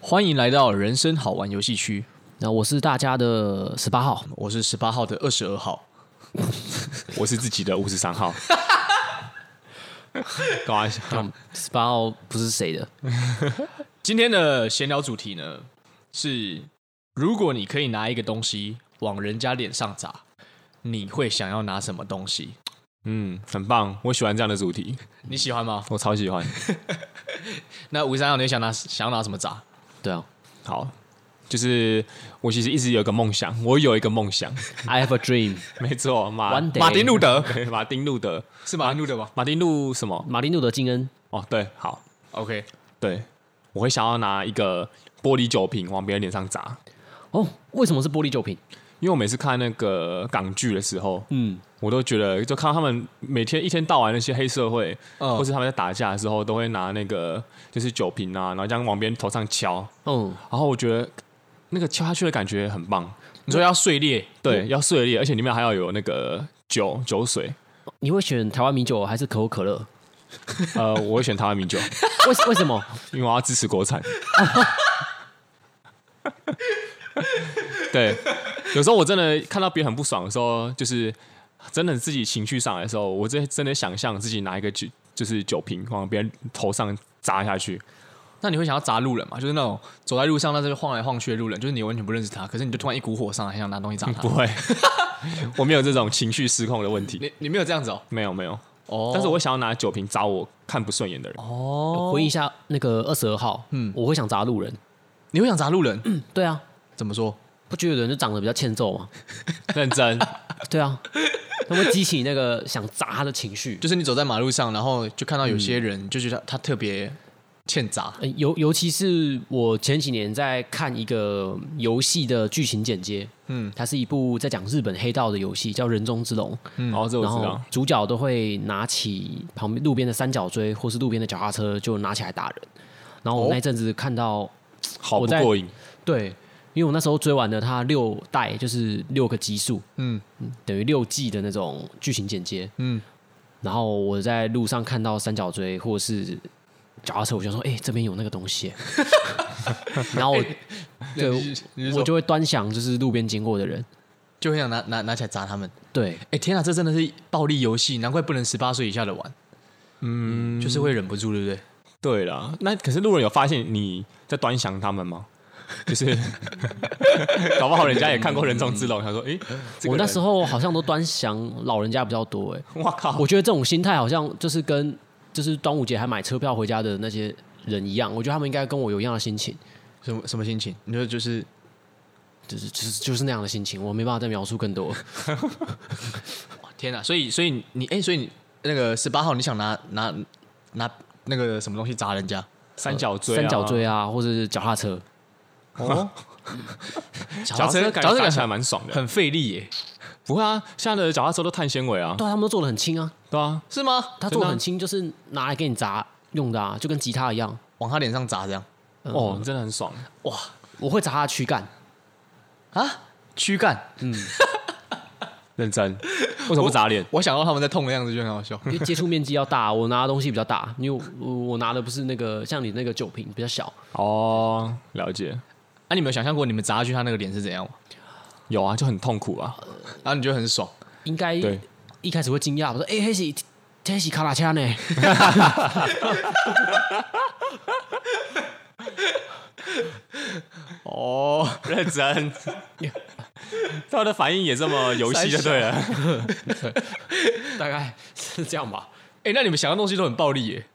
欢迎来到人生好玩游戏区，那我是大家的十八号，我是十八号的二十二 号，我是自己的五十三号。 搞玩笑，十八号不是谁的，今天的闲聊主题呢是：如果你可以拿一个东西往人家脸上砸，你会想要拿什么东西？嗯，很棒，我喜欢这样的主题，你喜欢吗？我超喜欢。 那吴三号，你想拿想要拿什么砸？对啊好，就是我其实一直有一个梦想，我有一个梦想， ，I have a dream，没错，马 One day 马丁路德，马丁路德，是马路的吗马丁路什么？马丁路德金恩，哦，对，好， ？OK，对，我会想要拿一个玻璃酒瓶往别人脸上砸，哦，为什么是玻璃酒瓶？因为我每次看那个港剧的时候，嗯，我都觉得，就看到他们每天一天到晚那些黑社会，嗯或是他们在打架的时候，都会拿那个就是酒瓶啊，然后这样往别人头上敲，哦，然后我觉得那个敲下去的感觉很棒，你说要碎裂，对，要碎裂，而且里面还要有那个酒酒水，你会选台湾米酒还是可口可乐？呃，我会选台湾米酒， 为为什么？因为我要支持国产。 对，有时候我真的看到别人很不爽的时候，就是真的自己情绪上来的时候，我真的真的想象自己拿一个酒，就是酒瓶往别人头上砸下去。那你会想要砸路人吗？就是那种走在路上，但是晃来晃去的路人，就是你完全不认识他，可是你就突然一股火上来，很想拿东西啊砸他不。会， 我没有这种情绪失控的问题，你你没有这样子哦，没有没有。哦但是我想要拿酒瓶砸我看不顺眼的人。哦回应一下那个二十二号，嗯，我会想砸路人。你会想砸路人？对啊，怎么说？不觉得有人就长得比较欠揍吗？认真，对啊，他会激起那个想砸他的情绪。就是你走在马路上，然后就看到有些人，就觉得他特别欠砸。呃尤尤其是我前几年在看一个游戏的剧情简介，嗯，它是一部在讲日本黑道的游戏，叫《人中之龙》，然哦后这嗯我然知后道。啊主角都会拿起旁边路边的三角锥或是路边的脚踏车，就拿起来打人。然后我那一阵子看到，好不我在过瘾，对，因为我那时候追完了他六代，就是六个集数，嗯等于六季的那种剧情简介。嗯，然后我在路上看到三角锥或是脚踏车，我就说：“哎、这边有那个 东西。”然后我哎对你是你是说我就会端详，就是路边经过的人。就很想拿拿拿起来砸他们。对，哎、天啊，这真的是暴力游戏，难怪不能十八岁以下的玩。嗯，就是会忍不住，对不对？对啦，那可是路人有发现你在端详他们吗？ 就是搞不好人家也看过《人中之龙》，他说：“诶，这个我那人时候好像都端详老人家比较多、哎，我靠，我觉得这种心态好像就是跟就是端午节还买车票回家的那些人一样，我觉得他们应该跟我有一样的心情，什么什么心情？你说就是就是就是就是那样的心情，我没办法再描述更 多。哇天啊！所以所以你哎、所以你那个十八号，你想拿拿拿那个什么东西砸人家？三角锥、三角锥啊，或者是脚踏车，哦，脚脚踏车感脚踏觉车打感起来觉蛮爽的。很费力耶，不会啊，现在的脚踏车都碳纤维啊，对啊，他们都做的很轻啊，对啊，是吗？他做的很轻，就是拿来给你砸用的啊，就跟吉他一样。往他脸上砸这样哦，真的很爽。哇我会砸他的躯干，啊！躯干，认真， 为什么不砸脸？我想到他们在痛的样子就很好笑。因为接触面积要大，我拿的东西比较大，因为我我拿的不是那个像你那个酒瓶比较小，哦，了解。啊，你有没有想象过你们砸下去他那个脸是怎样吗？有啊，就很痛苦啊。然后你觉得很爽，应该对一开始会惊讶，我说：“哎、黑喜黑喜卡拉枪呢哦，认真。 他们的反应也这么游戏就对了。？”大概是这样吧。哎、那你们想的东西都很暴力耶。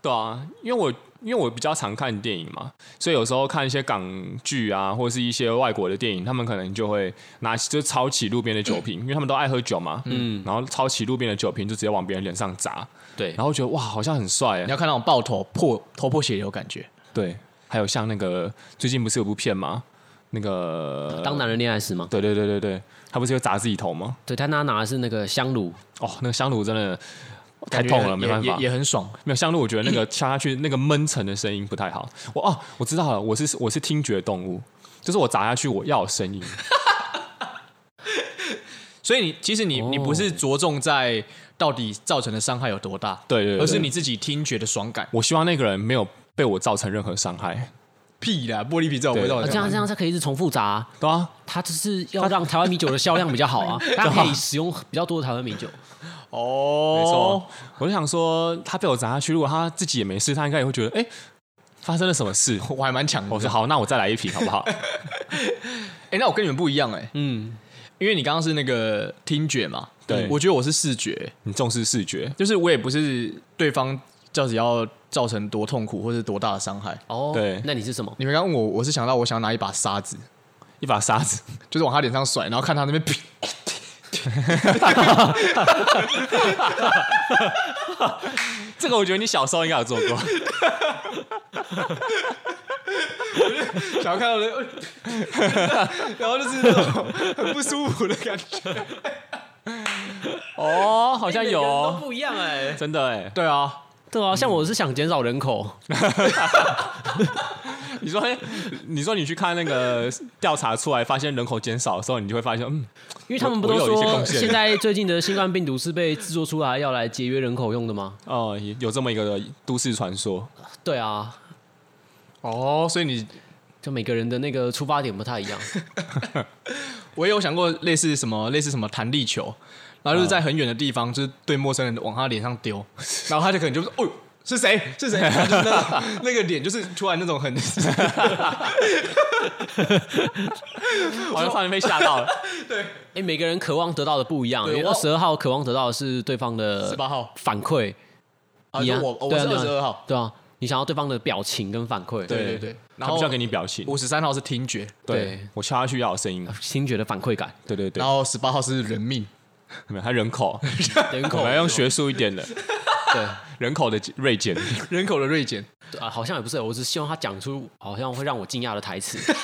对啊，因为我因为我比较常看电影嘛，所以有时候看一些港剧啊，或者是一些外国的电影，他们可能就会拿就抄起路边的酒瓶，因为他们都爱喝酒嘛，嗯，然后抄起路边的酒瓶就直接往别人脸上砸，对然然后后觉得哇，好像很帅你哎，要看那种爆头破头破血流的感觉，对，还有像那个最近不是有部片吗？那个当男人恋爱时嘛，对对对对对，他不是有砸自己头吗？对，但他拿的是那个香炉，哦，那个香炉真的太痛感了，觉没办也法也，也很爽。没有香炉，我觉得那 个敲下去那个闷沉的声音不太好。我哦，我知道了，我是我是听觉动物，就是我砸下去我要有声音。所以你其实哦你、你不是着重在到底造成的伤害有多大，对对对对而是你自己听觉的爽感。我希望那个人没有被我造成任何伤害。屁啦，玻璃瓶这种味道啊，这样这样才可以一直重复砸啊、对啊，它就是要让台湾米酒的销量比较好 啊，它可以使用比较多的台湾米酒。哦，没错。我就想说，他被我砸下去，如果他自己也没事，他应该也会觉得，哎、发生了什么事？我还蛮强的。我说好，那我再来一瓶好 不好？哎、那我跟你们不一样哎、嗯，因为你刚刚是那个听觉嘛，对我觉得我是视觉，你重视视觉，就是我也不是对方到底要造成多痛苦或是多大的伤害。哦，对那你是什么？你们刚刚问我，我是想到我想要拿一把沙子，一把沙子，就是往他脸上甩，然后看他那边劈。这个我觉得你小时候应该有做过。 想要看到人，然后就是那 种很不舒服的感觉。哦，好好像有哦，不一样哎、真的哎。对啊，对啊，像我是想减少人口，你说， 你说你去看那个调查出来，发现人口减少的时候，你就会发现，嗯，因为他们不我都我有一些说贡献现在最近的新冠病毒是被制作出来要来节约人口用的吗？哦、有有这么一个都市传说。 对啊，哦，所以你就每个人的那个出发点不太一 样。我也有想过类似什么，类似什么弹力球，然后就是在很远的地方，就是对陌生人往他脸上丢， 然后他就可能就是哦。呦是谁？是谁？然后就是那种那个脸，就是突然那种很，好像突然被吓到了。哎、每个人渴望得到的不一样。对二我十二号渴望得到的是对方的18号反馈，啊你啊，就我我对啊是对啊22号对啊，你想要对方的表情跟反馈，对对对。 然他后不需要给你表情。五十三号是听觉，对对我敲下去要有声音。听觉的反馈感，对对对然，后十八号是人命，没有，他人口，人我口们要用学术一点的对人口的锐减。人口的锐减。对啊，好像也不是，我只是希望他讲出好像会让我惊讶的台词。 所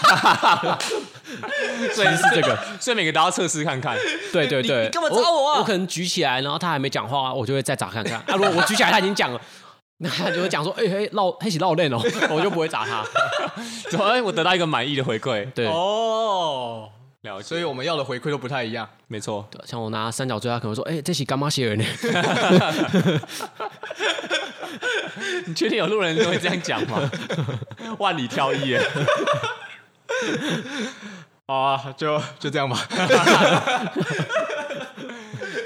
以是这个，所以每个都要测试看看。对对对，你干嘛砸我啊我可能举起来，然后他还没讲话，我就会再砸看看。啊，如果我举起来他已经讲了， 那他就会讲说，哎、欸、哎，绕一起 绕链哦，我就不会砸他。怎么？哎我得到一个满意的回馈。对，哦，了解。所以我们要的回馈都不太一样。没错，对像我拿三角锥，他可能说，哎、这起干妈鞋 儿呢？你确定有路人会这样讲吗？万里挑一耶。 好啊，就就这样吧。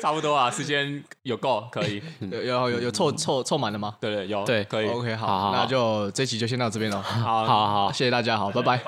差不多啊，时间有够，可以。有有有有凑凑凑满了吗对对，有对可以。嗯？OK，好好好，好那就这期就先到这边了。好好好，谢谢大家，好，拜拜。